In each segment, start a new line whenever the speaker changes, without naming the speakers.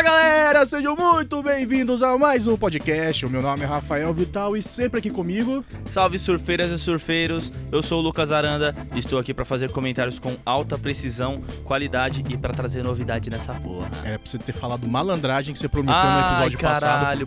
galera, sejam muito bem-vindos a mais um podcast. O meu nome é Rafael Vital e sempre aqui comigo.
Salve surfeiras e surfeiros, eu sou o Lucas Aranda e estou aqui para fazer comentários com alta precisão, qualidade e para trazer novidade nessa porra.
Era é pra você ter falado malandragem que você prometeu no
Ai,
episódio
caralho,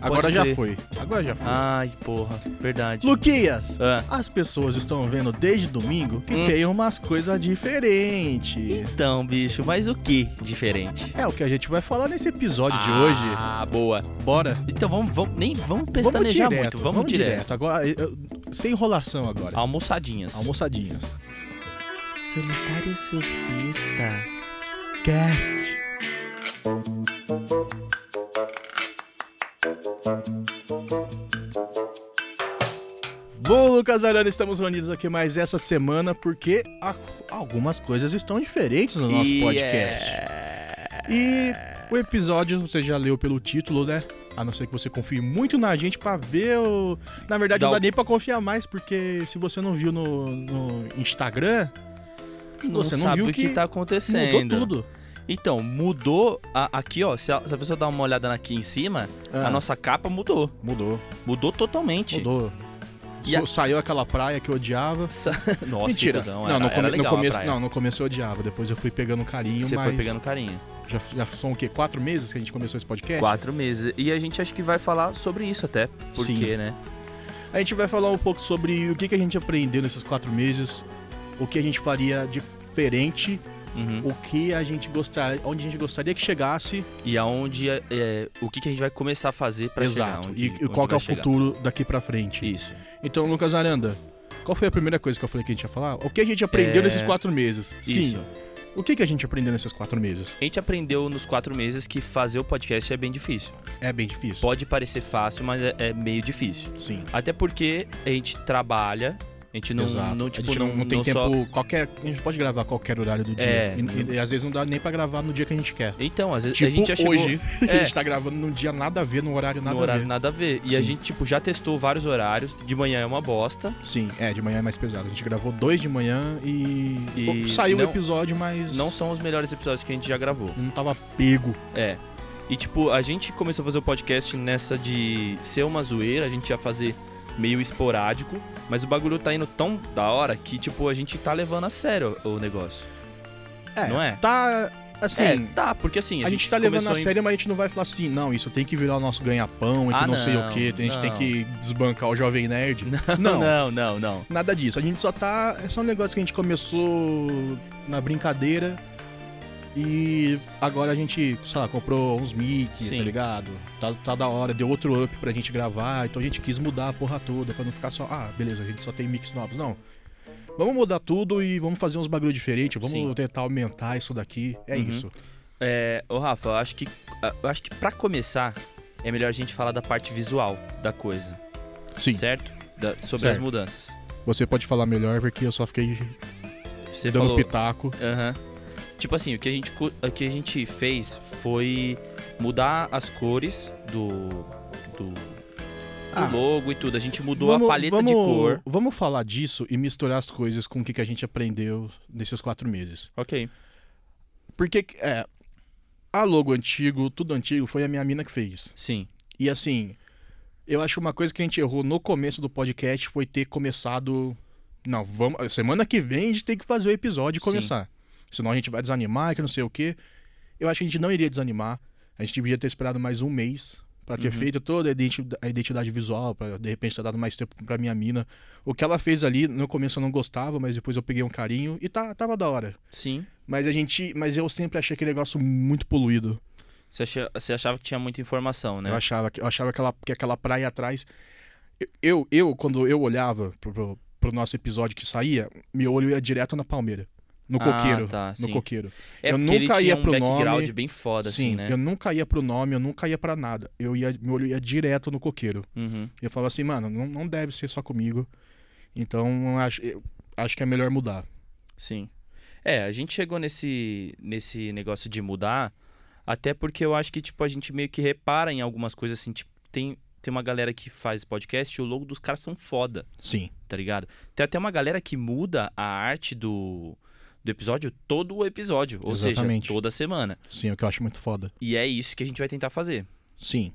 passado.
pode
Agora já
crer.
foi. Agora já foi.
Ai, porra, verdade.
Luquias,
Ah.
as pessoas estão vendo desde domingo que
Hum.
tem umas coisas diferentes.
Então, bicho, mas o que diferente?
É o que a gente vai falar nesse episódio de hoje.
Ah, boa.
Bora.
Então vamos, vamos nem vamos pestanejar muito, vamos, direto.
Agora, eu- eu- sem enrolação agora.
Almoçadinhas.
Almoçadinhas.
Solitário surfista.
Cast. Bom, Lucas Arana, estamos reunidos aqui mais essa semana porque a- algumas coisas estão diferentes no nosso podcast.
é,
E o episódio, você já leu pelo título, né? A não ser que você confie muito na gente pra ver o... Na verdade,
Dá
não dá
o-
nem pra confiar mais, porque se você não viu no, no Instagram,
Não
Você não
sabe
viu
o
que
que, tá acontecendo.
mudou tudo.
Então, mudou a- aqui, ó. Se a, se a pessoa dá uma olhada aqui em cima,
Ah,
a nossa capa mudou.
Mudou.
Mudou totalmente.
Mudou.
E
So-
a-
Saiu aquela praia que eu odiava.
Sa- Nossa,
Mentira.
cuzão,
não,
era-
no,
era
come- no
legal a
começo,
praia.
não, no começo eu odiava. Depois eu fui pegando carinho,
Você
mas
foi pegando carinho.
já, já são o quê? Quatro meses que a gente começou esse podcast?
Quatro meses. E a gente acho que vai falar sobre isso até. Por
Sim.
quê, né?
A gente vai falar um pouco sobre o que, que a gente aprendeu nesses quatro meses, o que a gente faria diferente,
Uhum.
o que a gente gostaria, onde a gente gostaria que chegasse,
E aonde. é, é, o que, que a gente vai começar a fazer pra chegar?
exato,
Onde,
e- e,
onde
qual que é
vai
o
chegar.
futuro daqui pra frente.
Isso.
Então, Lucas Aranda, qual foi a primeira coisa que eu falei que a gente ia falar? O que a gente aprendeu
É,
nesses quatro meses? Sim.
Isso.
O que, que a gente aprendeu nesses quatro meses?
A gente aprendeu nos quatro meses que fazer o podcast é bem difícil.
É bem difícil.
Pode parecer fácil, mas é, é meio difícil.
Sim.
Até porque a gente trabalha, a gente não,
Exato.
não,
a
tipo,
gente não, não tem tempo.
só.
Qualquer, a gente pode gravar qualquer horário do dia.
É.
E- e- e às vezes não dá nem pra gravar no dia que a gente quer.
Então, às vezes
Tipo
a gente já chegou
hoje, que a
É.
gente tá gravando num dia nada a ver, num horário nada
no horário
a ver.
nada a ver. E
Sim.
a gente, tipo, já testou vários horários. De manhã é uma bosta.
Sim, é, de manhã é mais pesado. A gente gravou dois de manhã e.
E
Pô, saiu o
não-
episódio, mas.
Não são os melhores episódios que a gente já gravou.
Não tava pego.
É. E tipo, a gente começou a fazer o podcast nessa de ser uma zoeira, a gente ia fazer meio esporádico, mas o bagulho tá indo tão da hora que, tipo, a gente tá levando a sério o negócio. Não é?
Tá. Assim.
É, tá, porque assim, a,
A gente, tá levando
começou
a
em-
sério, mas a gente não vai falar assim, não, isso tem que virar o nosso ganha-pão, e que
Ah,
não, sei o
não,
quê, a gente tem
não.
que desbancar o jovem nerd.
Não, não, não, não.
Nada disso. A gente só tá. É só um negócio que a gente começou na brincadeira. E agora a gente, sei lá, comprou uns mic,
Sim.
tá ligado? Tá, tá da hora, deu outro up pra gente gravar, então a gente quis mudar a porra toda pra não ficar só, ah, beleza, a gente só tem mix novos. Não. Vamos mudar tudo e vamos fazer uns bagulho diferente, vamos
Sim.
tentar aumentar isso daqui. É
Uhum.
isso.
É, ô Rafa, eu acho que eu acho que para começar é melhor a gente falar da parte visual da coisa,
Sim.
certo? Da- sobre as
Certo.
mudanças.
Você pode falar melhor porque eu só fiquei
Você
dando
falou
pitaco.
Aham. Tipo assim, o que, a gente, co- o que a gente fez foi mudar as cores do, do, do
Ah.
logo e tudo. A gente mudou a paleta
vamos-
de cor.
Vamos falar disso e misturar as coisas com o que, que a gente aprendeu nesses quatro meses.
Ok.
Porque, que- é, a logo antigo, tudo antigo, foi a minha mina que fez.
Sim.
E assim, eu acho uma coisa que a gente errou no começo do podcast foi ter começado. Não, vamos. Semana que vem a gente tem que fazer o episódio e
Sim.
começar. Senão a gente vai desanimar, que não sei o quê. Eu acho que a gente não iria desanimar. A gente devia ter esperado mais um mês pra ter
Uhum.
feito toda a identi- a identidade visual, pra de repente ter dado mais tempo pra minha mina. O que ela fez ali, no começo eu não gostava, mas depois eu peguei um carinho e tá, tava da hora.
Sim.
Mas a gente. Mas eu sempre achei aquele negócio muito poluído.
Você acha- você achava que tinha muita informação, né?
Eu achava, que- eu achava aquela, que aquela praia atrás. Eu- Eu, eu quando eu olhava pro, pro, pro nosso episódio que saía, meu olho ia direto na palmeira. No
Ah,
coqueiro.
tá,
no
sim.
coqueiro.
É
eu
porque ele
nunca
tinha
ia
um
pro
background
nome.
bem foda, assim,
Sim,
né?
eu nunca ia pro nome, eu nunca ia pra nada. Eu ia, meu olho ia direto no coqueiro.
Uhum.
Eu falava assim, mano, não, não deve ser só comigo. Então, eu acho, eu acho que é melhor mudar.
Sim. É, a gente chegou nesse, nesse negócio de mudar, até porque eu acho que, tipo, a gente meio que repara em algumas coisas, assim, tipo, tem, tem uma galera que faz podcast e o logo dos caras são foda.
Sim.
tá ligado? Tem até uma galera que muda a arte do, do episódio todo o episódio, ou
Exatamente.
seja, toda semana.
Sim, é o que eu acho muito foda.
E é isso que a gente vai tentar fazer.
Sim.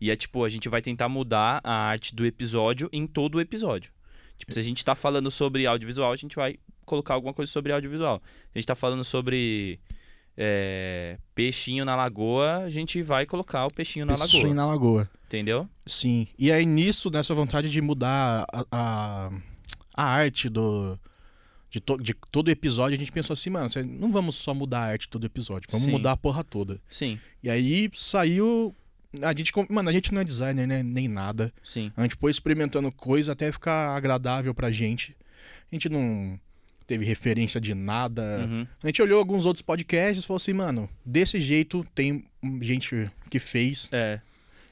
E é tipo, a gente vai tentar mudar a arte do episódio em todo o episódio. Tipo, se a gente tá falando sobre audiovisual, a gente vai colocar alguma coisa sobre audiovisual. A gente tá falando sobre é, peixinho na lagoa, a gente vai colocar o peixinho na
Peixinho
lagoa.
na lagoa.
Entendeu?
Sim. E aí nisso, nessa vontade de mudar a, a, a arte do. De, to- de todo episódio, a gente pensou assim, mano, cê- não vamos só mudar a arte de todo episódio, vamos
Sim.
mudar a porra toda.
Sim,
E aí saiu. A gente, com- mano, a gente não é designer, né? Nem nada.
sim.
A gente foi experimentando coisa até ficar agradável pra gente. A gente não teve referência de nada.
Uhum.
A gente olhou alguns outros podcasts e falou assim, mano, desse jeito tem gente que fez,
É.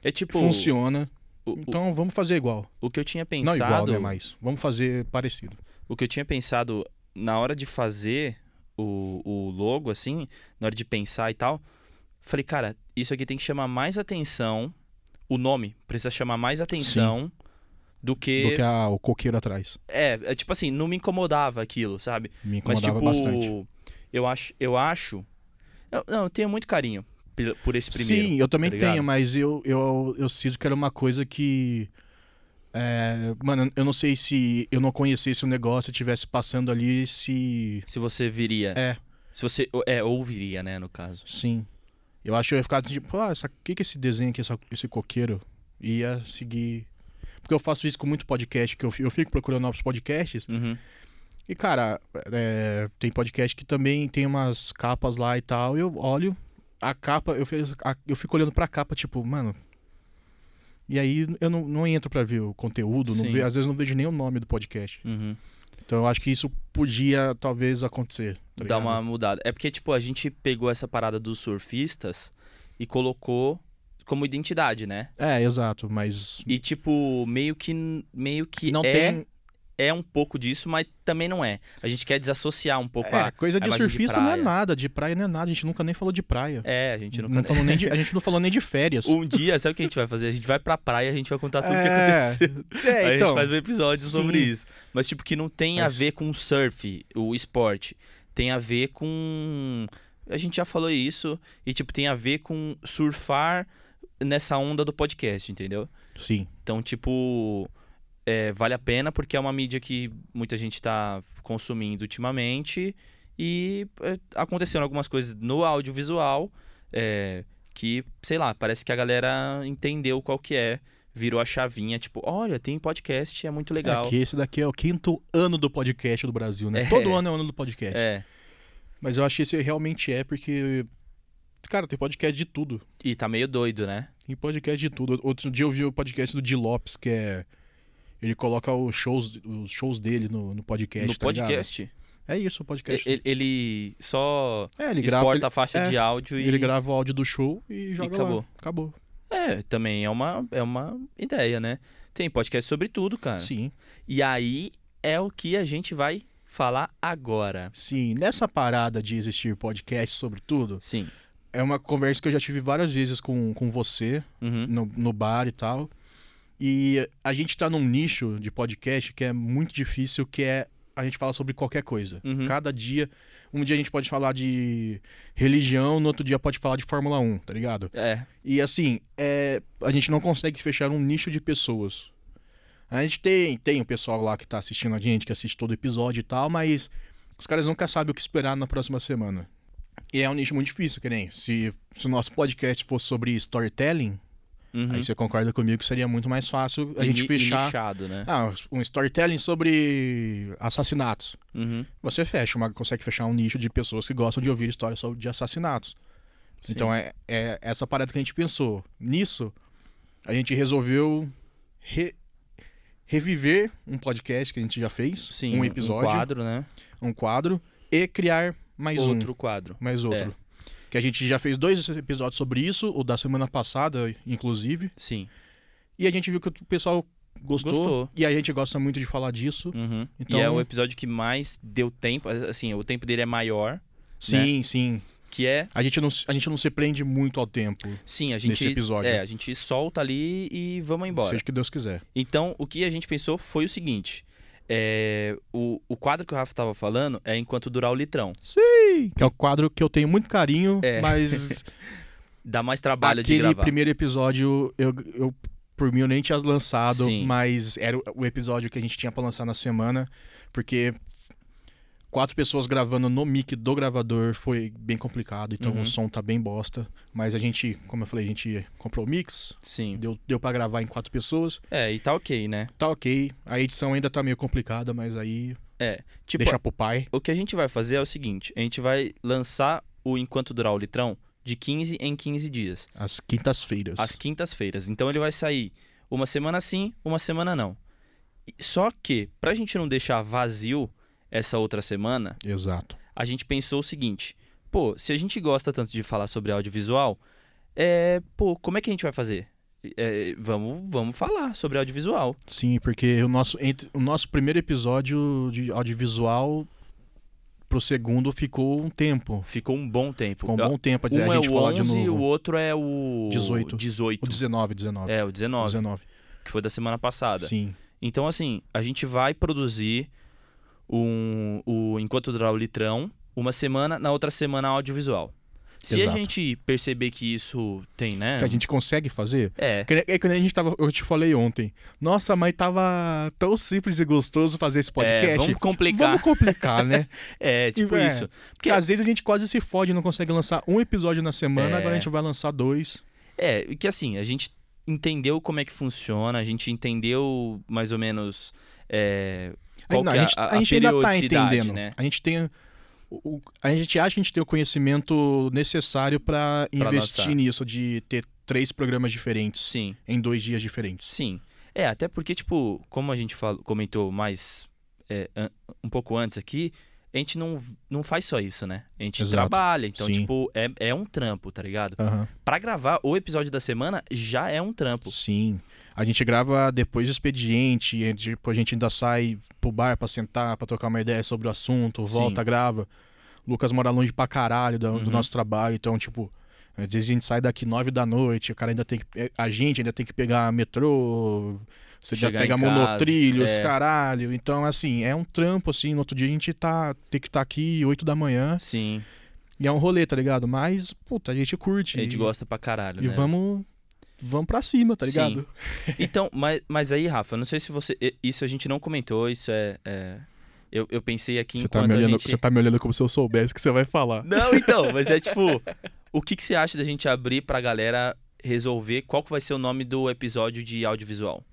É tipo.
funciona,
O, o-
então vamos fazer igual.
o que eu tinha
Não
pensado.
igual, né, mas vamos fazer parecido.
O que eu tinha pensado na hora de fazer o, o logo, assim, na hora de pensar e tal, falei, cara, isso aqui tem que chamar mais atenção. O nome precisa chamar mais atenção do que.
Do que a- o coqueiro atrás.
É, é, tipo assim, não me incomodava aquilo, sabe?
Me
Mas,
incomodava
tipo,
bastante.
eu acho. Eu acho. Eu, não, eu tenho muito carinho pe- por esse primeiro.
Sim, eu também
tá ligado?
tenho, mas eu, eu, eu sinto que era uma coisa que. é, mano, eu não sei se eu não conhecesse o negócio, estivesse passando ali, se.
Se você viria.
É.
Se você. É, ouviria, né, no caso.
Sim. Eu acho que eu ia ficar tipo, ah, o que, que esse desenho aqui, essa- esse coqueiro? Ia seguir. Porque eu faço isso com muito podcast, que eu, fi- eu fico procurando novos podcasts.
Uhum.
E, cara, é, tem podcast que também tem umas capas lá e tal. Eu olho a capa, eu, fi- a- eu fico olhando pra capa, tipo, mano. E aí eu não, não entro pra ver o conteúdo, não
Sim.
ve- às vezes não vejo nem o nome do podcast.
Uhum.
Então eu acho que isso podia talvez acontecer. tá
Dá
ligado?
uma mudada. É porque, tipo, a gente pegou essa parada dos surfistas e colocou como identidade, né?
É, exato, mas.
E, tipo, meio que. Meio que
não
é,
tem.
é um pouco disso, mas também não é. A gente quer desassociar um pouco
É,
a.
coisa de
imagem de
surfista não é
praia.
nada, de praia não é nada, a gente nunca nem falou de praia.
É, a gente
não
não.
falou nem de, a gente não falou nem de férias.
Um dia, sabe o que a gente vai fazer? A gente vai pra praia e a gente vai contar tudo o que
É,
aconteceu. Aí
É,
a gente faz um episódio sobre
sim.
isso. Mas, tipo, que não tem
Mas-
a ver com surf, o esporte. Tem a ver com. A gente já falou isso. E, tipo, tem a ver com surfar nessa onda do podcast, entendeu?
Sim,
Então, tipo. é, vale a pena porque é uma mídia que muita gente tá consumindo ultimamente. E é, aconteceram algumas coisas no audiovisual é, que, sei lá, parece que a galera entendeu qual que é. Virou a chavinha, tipo, olha, tem podcast, é muito legal.
É que esse daqui é o quinto ano do podcast do Brasil, né?
É.
Todo ano é o ano do podcast.
É,
Mas eu acho que esse realmente é, porque. Cara, tem podcast de tudo.
e tá meio doido, né?
Tem podcast de tudo. Outro dia eu vi o podcast do Di Lopes, que é. Ele coloca os shows, os shows dele no, no podcast.
no
tá ligado?
podcast.
É isso, o
E-
podcast.
Ele, ele só
é, ele grava.
exporta
Ele,
a faixa
é,
de áudio e.
ele grava o áudio do show e joga lá.
acabou.
Acabou.
É, também é uma, é uma ideia, né? Tem podcast sobre tudo, cara.
Sim.
E aí é o que a gente vai falar agora.
Sim. Nessa parada de existir podcast sobre tudo,
Sim.
é uma conversa que eu já tive várias vezes com, com você.
Uhum.
no, no bar e tal. E a gente tá num nicho de podcast que é muito difícil, que é a gente fala sobre qualquer coisa.
Uhum.
Cada dia, um dia a gente pode falar de religião, no outro dia pode falar de Fórmula 1, tá ligado?
É,
E assim, é, a gente não consegue fechar um nicho de pessoas. A gente tem, tem o pessoal lá que tá assistindo a gente, que assiste todo episódio e tal, mas os caras nunca sabem o que esperar na próxima semana. E é um nicho muito difícil, que nem se, se o nosso podcast fosse sobre storytelling,
uhum.
Aí você concorda comigo que seria muito mais fácil a gente
E ni- e
fechar
nichado, né?
ah, um storytelling sobre assassinatos.
Uhum.
Você fecha, uma, consegue fechar um nicho de pessoas que gostam de ouvir histórias sobre de assassinatos.
Sim.
Então é, é essa parada que a gente pensou. Nisso, a gente resolveu re- reviver um podcast que a gente já fez,
Sim,
um episódio, um quadro.
quadro, né?
e criar mais
Outro É. quadro.
um, mais outro. Que a gente já fez dois episódios sobre isso, o da semana passada, inclusive.
Sim.
E a gente viu que o pessoal gostou.
Gostou.
E a gente gosta muito de falar disso.
Uhum.
Então-
E é o episódio que mais deu tempo. Assim, o tempo dele é maior,
Sim, sim.
que é
A gente, não, se- a gente não se prende muito ao tempo.
Sim, a gente.
nesse episódio.
É, a gente solta ali e vamos embora.
Seja o que Deus quiser.
Então, o que a gente pensou foi o seguinte: é, o, o quadro que o Rafa tava falando é Enquanto Durar o Litrão.
Que é o quadro que eu tenho muito carinho,
É.
mas.
Dá mais trabalho de
Aquele
gravar.
primeiro episódio, eu, eu, por mim, eu nem tinha lançado,
Sim.
mas era o- o episódio que a gente tinha pra lançar na semana, porque quatro pessoas gravando no mic do gravador foi bem complicado, então
Uhum.
o som tá bem bosta. Mas a gente, como eu falei, a gente comprou o mix,
Sim.
deu, deu para gravar em quatro pessoas,
É, e tá ok, né?
tá ok. A edição ainda tá meio complicada, mas aí
Tipo,
deixa pro pai.
o que a gente vai fazer é o seguinte: a gente vai lançar o Enquanto Durar o Litrão de 15 em 15 dias,
Às quintas-feiras.
às quintas-feiras. Então ele vai sair uma semana sim, uma semana não. E- Só que, pra gente não deixar vazio essa outra semana,
Exato.
a gente pensou o seguinte: pô, se a gente gosta tanto de falar sobre audiovisual, é, pô, como é que a gente vai fazer? É, vamos, vamos falar sobre audiovisual.
Sim, porque o nosso, entre- o nosso primeiro episódio de audiovisual pro segundo ficou um tempo.
Ficou um bom tempo.
Ficou um bom tempo até
um
a gente
é o
falar de
11 e o
novo.
outro é o
18.
18.
O 19, 19.
É, o 19,
19.
que foi da semana passada.
Sim.
Então, assim, a gente vai produzir um, o Enquanto Durar o Litrão uma semana, na outra semana audiovisual. Se
Exato.
a gente perceber que isso tem, né?
Que a gente consegue fazer.
É,
Que nem- É que nem a gente tava, eu te falei ontem. Nossa, mas tava tão simples e gostoso fazer esse podcast.
é, vamos complicar.
Vamos complicar, né?
É, tipo
É.
isso.
Porque às vezes a gente quase se fode, não consegue lançar um episódio na semana,
É.
agora a gente vai lançar dois.
É, e que assim, a gente entendeu como é que funciona, a gente entendeu mais ou menos é, qual
Não,
que
a
é
gente,
a,
a gente ainda tá
periodicidade,
entendendo.
né?
A gente tem. o- o- a gente acha que a gente tem o conhecimento necessário pra investir
lançar.
nisso, de ter três programas diferentes
Sim.
em dois dias diferentes.
Sim. É, até porque, tipo, como a gente falou, comentou mais é, an- um pouco antes aqui, a gente não, não faz só isso, né? A gente
Exato.
trabalha, então,
Sim.
tipo, é, é um trampo, tá ligado?
Aham.
Pra gravar o episódio da semana já é um trampo.
Sim. A gente grava depois do expediente, e, tipo, a gente ainda sai pro bar pra sentar, pra trocar uma ideia sobre o assunto,
Sim.
volta, grava. O Lucas mora longe pra caralho do, do
Uhum.
nosso trabalho, então, tipo, às vezes a gente sai daqui nove da noite, o cara ainda tem que. A gente ainda tem que pegar metrô, você já
Chegar
pega
em casa,
monotrilhos,
é.
caralho. Então, assim, é um trampo, assim, no outro dia a gente tá, tem que estar aqui oito da manhã
Sim.
e é um rolê, tá ligado? Mas, puta, a gente curte.
A gente gosta pra caralho,
E
né?
vamos. Vamos pra cima, tá
Sim.
ligado?
Então, mas, mas aí, Rafa, eu não sei se você. e- Isso a gente não comentou, isso é. é- eu, eu pensei aqui
Você tá,
enquanto
me
a
olhando,
gente.
você tá me olhando como se eu soubesse o que você vai falar.
Não, então, mas é tipo, o que, que você acha da gente abrir pra galera resolver qual que vai ser o nome do episódio de audiovisual?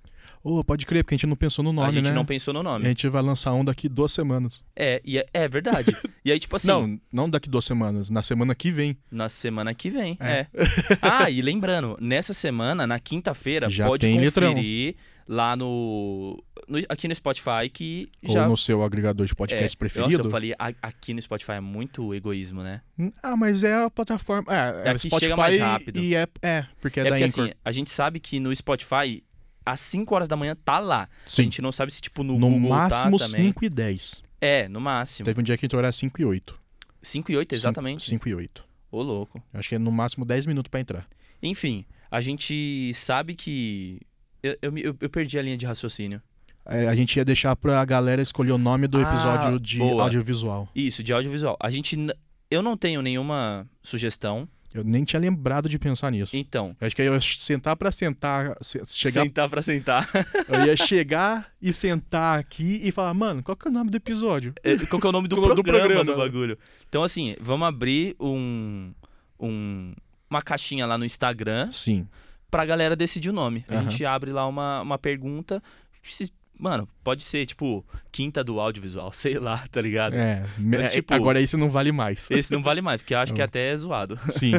Ô, pode crer, porque a gente não pensou no nome,
a gente
né?
não pensou no
A
nome.
gente vai lançar um daqui duas semanas.
É, e é, é verdade. E aí, tipo assim,
Não, não daqui duas semanas, na semana que vem.
na semana que vem,
É.
é. Ah, e lembrando, nessa semana, na quinta-feira,
Já
pode
tem litrão.
conferir lá no, no- aqui no Spotify que já
Ou no seu agregador de
é,
podcast
Nossa,
preferido.
eu falei a- aqui no Spotify é muito egoísmo, né?
Ah, mas é a plataforma. É, é
Aqui
Spotify
chega mais rápido.
E é, é, porque é,
é
da
porque
Anchor.
assim, a gente sabe que no Spotify às 5 horas da manhã tá lá. A
Sim.
gente não sabe se, tipo, no,
No,
Google
máximo
tá também.
5 e 10.
É, no máximo.
Teve um dia que entrou era 5 e 8.
5 e 8, exatamente.
5 e 8.
Ô, louco.
Acho que é no máximo 10 minutos pra entrar.
Enfim, a gente sabe que... Eu, eu, me- eu- eu perdi a linha de raciocínio.
É, a gente ia deixar pra galera escolher o nome do
Ah,
episódio de
boa.
audiovisual.
Isso, de audiovisual. A gente... n- Eu não tenho nenhuma sugestão.
Eu nem tinha lembrado de pensar nisso.
Então,
Eu Acho que eu ia sentar pra sentar, se- chegar,
sentar pra sentar.
eu ia chegar e sentar aqui e falar, mano, qual que é o nome do episódio?
É, Qual que é o nome do,
Do
programa,
programa.
do bagulho? Então, assim, vamos abrir um... um uma caixinha lá no Instagram
Sim,
pra galera decidir o nome. A
Aham.
gente abre lá uma, uma pergunta. Se- Mano, pode ser, tipo, quinta do audiovisual, sei lá, tá ligado?
é, me-
Mas,
é,
tipo-
agora isso não vale mais.
Esse não vale mais, porque eu acho que até é zoado.
Sim,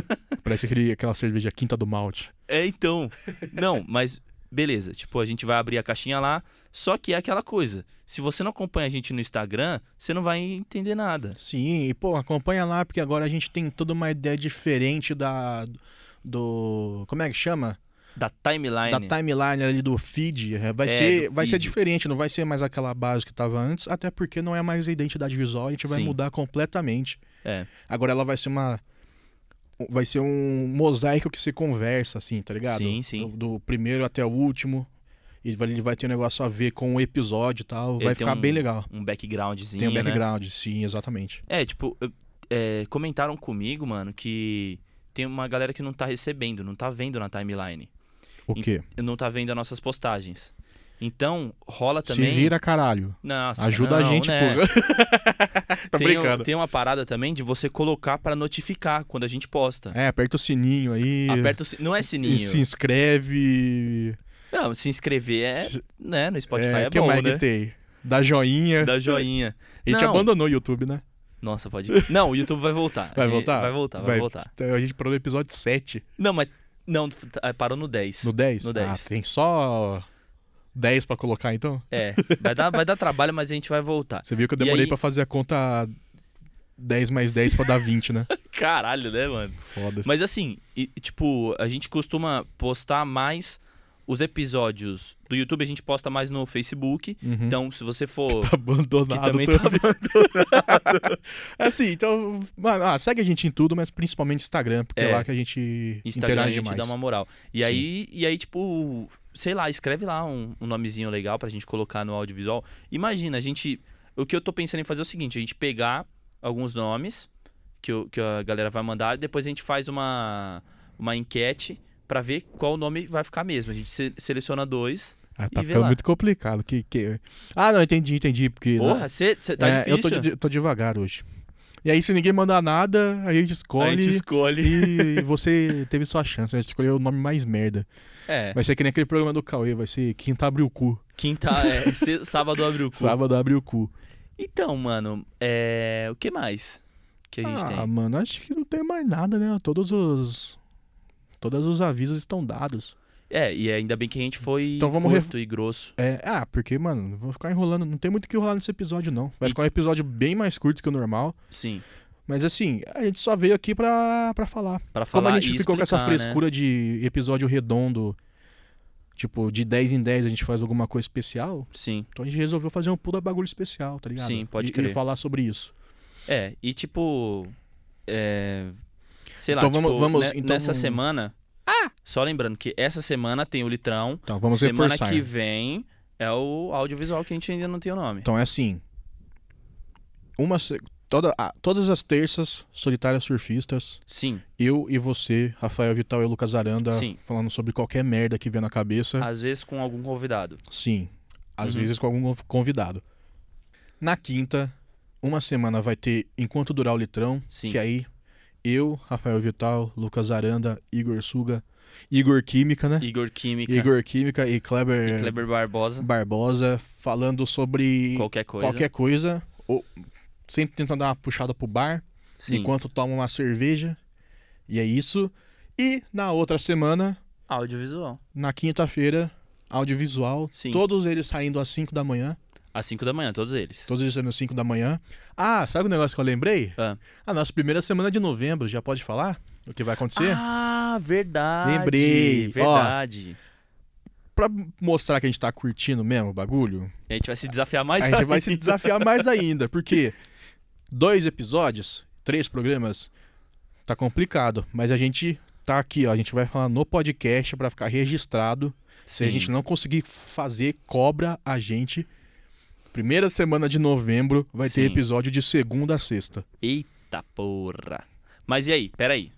parece aquele, aquela cerveja quinta do malte.
É, então. Não, mas beleza. Tipo, a gente vai abrir a caixinha lá. Só que é aquela coisa. Se você não acompanha a gente no Instagram, você não vai entender nada.
Sim, e pô, acompanha lá, porque agora a gente tem toda uma ideia diferente da, do, como é que chama?
Da timeline.
Da timeline ali do feed, é, vai,
É,
ser,
do
vai ser
feed.
diferente, não vai ser mais aquela base que tava antes, até porque não é mais a identidade visual, a gente vai
Sim.
mudar completamente.
É.
Agora ela vai ser uma. Vai ser um mosaico que se conversa, assim, tá ligado?
Sim, sim.
Do, do primeiro até o último. E vai- ele vai ter um negócio a ver com o episódio e tal.
Ele
vai
tem
ficar
um-
bem legal.
Um backgroundzinho.
Tem um
né?
background, sim, exatamente.
É, tipo, eu- é, comentaram comigo, mano, que tem uma galera que não tá recebendo, não tá vendo na timeline.
O quê?
E Não tá vendo as nossas postagens. Então, rola
Se
também.
vira, caralho.
Nossa,
Ajuda a
não,
gente,
né?
porra. tá
tem, um-
brincando.
tem uma parada também de você colocar pra notificar quando a gente posta.
É, aperta o sininho aí.
Aperta o si- Não é sininho.
E se inscreve.
Não, se inscrever é.
Se-
Né, no Spotify
é,
é,
que
bom,
mais
né?
que tem? Dá joinha.
Dá joinha.
A gente
Não.
abandonou o YouTube, né?
Nossa, pode. Não, o YouTube vai voltar. A
Vai
gente-
voltar?
Vai voltar, vai, voltar.
A gente parou no episódio 7.
Não, mas. Não, tá- parou no 10.
No 10?
No 10.
Ah, tem só 10 pra colocar, então?
É, vai dar, vai dar trabalho, mas a gente vai voltar.
Você viu que eu
E
demorei
aí-
pra fazer a conta 10 mais 10 pra dar 20, né?
Caralho, né, mano?
Foda.
Mas assim, e- e, tipo, a gente costuma postar mais os episódios do YouTube, a gente posta mais no Facebook.
Uhum.
Então, se você for.
Tá abandonado.
Que também
tô-
tá
Assim, então, mano, ah, segue a gente em tudo, mas principalmente Instagram, porque é,
É.
lá que a gente
Instagram a
interage
gente
mais.
dá uma moral.
Sim.
E aí, e aí, tipo, sei lá, escreve lá um, um nomezinho legal pra gente colocar no audiovisual. Imagina, a gente. O que eu tô pensando em fazer é o seguinte: a gente pegar alguns nomes que, o- que a galera vai mandar, e depois a gente faz uma, uma enquete pra ver qual nome vai ficar mesmo. A gente se- seleciona dois.
Ah, tá
e vê
ficando
lá.
muito complicado. Que, que... Ah, não, entendi, entendi. Porque, né,
Porra, você tá
é, eu
difícil.
tô, de- tô devagar hoje. E aí, se ninguém mandar nada, aí a gente escolhe.
A gente escolhe.
E você teve sua chance, a gente escolheu o nome mais merda.
É,
Vai ser que nem aquele programa do Cauê, vai ser quinta abre o cu.
quinta, é, se- sábado abre o cu.
Sábado abre o cu.
Então, mano, é, o que mais que a gente
ah,
tem?
mano, acho que não tem mais nada, né? Todos os. Todos os avisos estão dados.
É, e ainda bem que a gente foi
Então vamos
curto e grosso.
É, ah, porque, mano, não vou ficar enrolando. Não tem muito o que enrolar nesse episódio, não. Vai
E-
ficar um episódio bem mais curto que o normal.
Sim,
Mas assim, a gente só veio aqui pra, pra falar.
Pra falar
Como a gente
e
ficou com essa
explicar, né?
frescura de episódio redondo, tipo, de 10 em 10 a gente faz alguma coisa especial,
Sim.
então a gente resolveu fazer um puta bagulho especial, tá ligado?
Sim, pode
e,
crer.
E falar sobre isso.
É, e tipo. É, sei lá,
Então vamos-
tipo,
vamos-
ne-
então-
nessa semana. Só lembrando que essa semana tem o litrão.
Então, vamos
semana
reforçar.
que vem é o audiovisual que a gente ainda não tem o nome.
Então é assim. Uma se- toda, ah, todas as terças, solitárias surfistas,
Sim.
eu e você, Rafael Vital e Lucas Aranda,
Sim.
falando sobre qualquer merda que vier na cabeça.
Às vezes com algum convidado.
Sim. Às
Uhum.
vezes com algum convidado. Na quinta, uma semana vai ter Enquanto Durar o Litrão,
Sim.
que aí eu, Rafael Vital, Lucas Aranda, Igor Suga, Igor Química, né?
Igor Química
Igor Química e Kleber,
e Kleber Barbosa.
Barbosa falando sobre
Qualquer coisa.
qualquer coisa, ou sempre tentando dar uma puxada pro bar,
Sim.
enquanto toma uma cerveja. E é isso. E na outra semana,
Audiovisual.
na quinta-feira, audiovisual,
Sim.
todos eles saindo às 5 da manhã.
Às 5 da manhã, todos eles.
Todos eles saindo às 5 da manhã. Ah, sabe o negócio que eu lembrei?
Ah.
A nossa primeira semana de novembro, já pode falar o que vai acontecer?
Ah, verdade.
Lembrei. Ó.
Verdade.
Pra mostrar que a gente tá curtindo mesmo o bagulho,
A gente vai se desafiar mais
a gente
ainda.
vai se desafiar mais ainda, porque dois episódios, três programas, tá complicado. Mas a gente tá aqui, ó. A gente vai falar no podcast pra ficar registrado. Se a
Sim.
gente não conseguir fazer, cobra a gente. Primeira semana de novembro vai ter
Sim.
episódio de segunda a sexta.
Eita tá, porra. Mas e aí, peraí.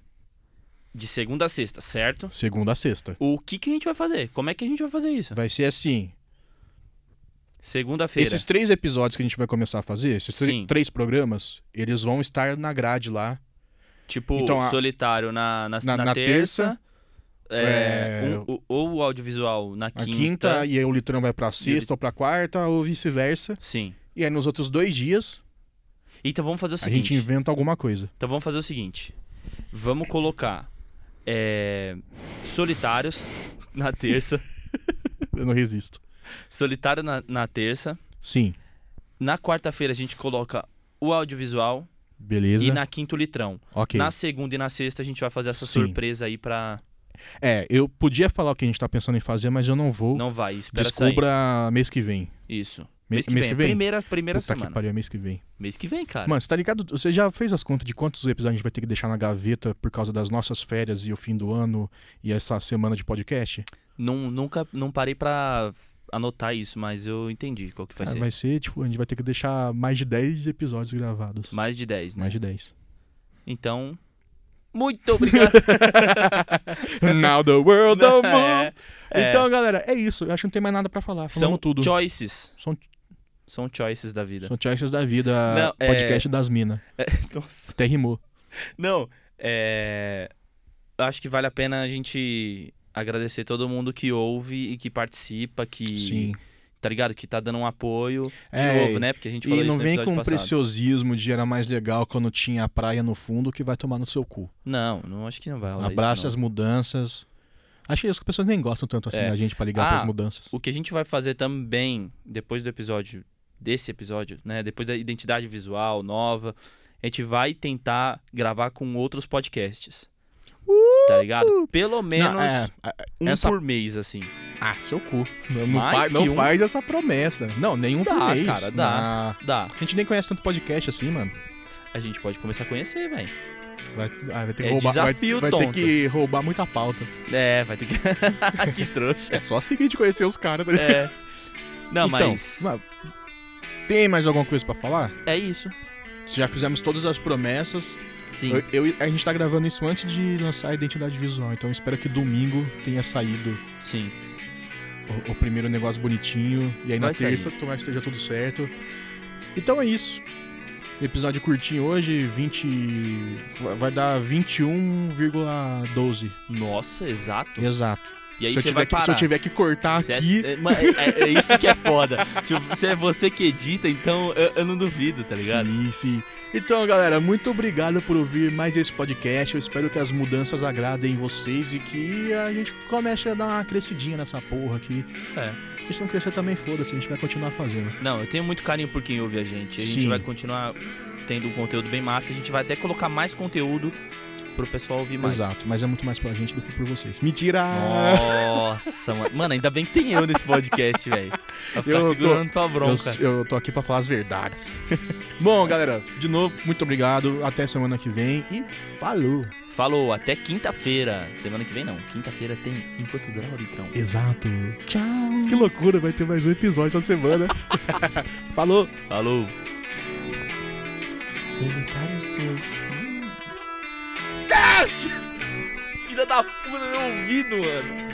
De segunda a sexta, certo?
Segunda a sexta.
O que, que a gente vai fazer? Como é que a gente vai fazer isso?
Vai ser assim.
Segunda-feira.
Esses três episódios que a gente vai começar a fazer, esses tre-
Sim.
três programas, eles vão estar na grade lá.
Tipo,
Então, a-
solitário na, na,
Na-
na
na
terça. é,
é,
um- o- ou o audiovisual na
Na
quinta.
quinta, e aí o litrão vai pra sexta ou pra quarta, ou vice-versa.
Sim.
E aí nos outros dois dias,
Então vamos fazer o
a gente
seguinte.
inventa alguma coisa.
Então vamos fazer o seguinte. Vamos colocar é, solitários na terça.
Eu não resisto.
solitário na, na terça.
Sim,
Na quarta-feira a gente coloca o audiovisual
beleza.
e na quinta o litrão.
Ok.
Na segunda e na sexta a gente vai fazer essa
Sim.
surpresa aí pra.
É, eu podia falar o que a gente tá pensando em fazer, mas eu não vou.
Não vai, espera
Uh,
sair.
Descubra mês que vem.
Isso.
Me-
Mês que
mês
vem.
que vem?
Primeira, primeira
Puta que
semana.
pariu, é mês que vem.
mês que vem, cara.
Mano, você tá ligado? Você já fez as contas de quantos episódios a gente vai ter que deixar na gaveta por causa das nossas férias e o fim do ano e essa semana de podcast?
Nun- nunca não parei pra anotar isso, mas eu entendi qual que vai
Ah,
ser.
vai ser, tipo, a gente vai ter que deixar mais de 10 episódios gravados.
Mais de 10, né?
Mais de 10.
Então, Muito obrigado.
Now the world
Não,
don't move.
é, é.
Então, galera, é isso. Eu acho que não tem mais nada pra falar. Falamos
são
tudo.
choices.
São-
São choices da vida.
São choices da vida.
Não, é-
podcast das minas.
Nossa.
Até rimou.
Não, é. Acho que vale a pena a gente agradecer todo mundo que ouve e que participa, que. Tá ligado? Que tá dando um apoio. De
É,
novo, né? Porque a gente falou
E
isso
não
no
vem
episódio
com um
passado.
preciosismo de era mais legal quando tinha a praia no fundo que vai tomar no seu cu.
Não, não acho que não vai rolar
Abraça
isso.
as mudanças. Acho que as pessoas nem gostam tanto assim
É.
da gente pra ligar
Ah,
pras mudanças.
não. O que a gente vai fazer também, depois do episódio, desse episódio, né? Depois da identidade visual nova, a gente vai tentar gravar com outros podcasts. Tá ligado? Pelo menos
Uh! Não, é, a-
um
essa-
por mês, assim.
ah, seu cu. Não, não
Mais
faz,
que
não
um.
faz essa promessa. Não, nenhum
Dá,
por mês.
cara, dá.
Ah,
Dá.
a gente nem conhece tanto podcast assim, mano.
A gente pode começar a conhecer, velho.
Vai, ah, vai ter que
É
roubar. vai-
desafio,
vai,
tonto.
ter que roubar muita pauta.
É, vai ter que. que trouxa.
É só assim que a gente conhecer os caras. Tá ligado?
É. Não,
então,
mas.
mas Tem mais alguma coisa pra falar?
É isso.
Já fizemos todas as promessas.
Sim.
Eu- eu- a gente tá gravando isso antes de lançar a identidade visual, então eu espero que domingo tenha saído
Sim.
o, o primeiro negócio bonitinho. E aí na
Vai sair.
terça, tomara que esteja tudo certo. Então é isso. Episódio curtinho hoje, 20. Vai dar 21,12.
Nossa, exato.
Exato.
E aí
se, eu
você
tiver
vai
que, se eu
parar.
tiver que cortar
Cê-
aqui.
é, ma- é- é isso que é foda. tipo, se é você que edita, então eu, eu não duvido, tá ligado?
Sim, sim. Então, galera, muito obrigado por ouvir mais esse podcast. Eu espero que as mudanças agradem vocês e que a gente comece a dar uma crescidinha nessa porra aqui.
É.
E se não crescer também, foda-se, a gente vai continuar fazendo.
Não, eu tenho muito carinho por quem ouve a gente. A gente
Sim.
vai continuar tendo um conteúdo bem massa. A gente vai até colocar mais conteúdo pro pessoal ouvir mais.
Exato, mas é muito mais pela gente do que por vocês. Mentira!
Nossa, mano. Mano, ainda bem que tem eu nesse podcast, velho. Vai ficar
Eu tô-
segurando tua bronca.
Eu, eu tô aqui pra falar as verdades. Bom, galera, de novo, muito obrigado. Até semana que vem e falou!
Falou, até quinta-feira. Semana que vem não. Quinta-feira tem Enquanto Dura Litrão.
Exato.
Tchau.
Que loucura, vai ter mais um episódio essa semana. falou!
Falou. Solitário surf. Filha da puta, meu ouvido, mano.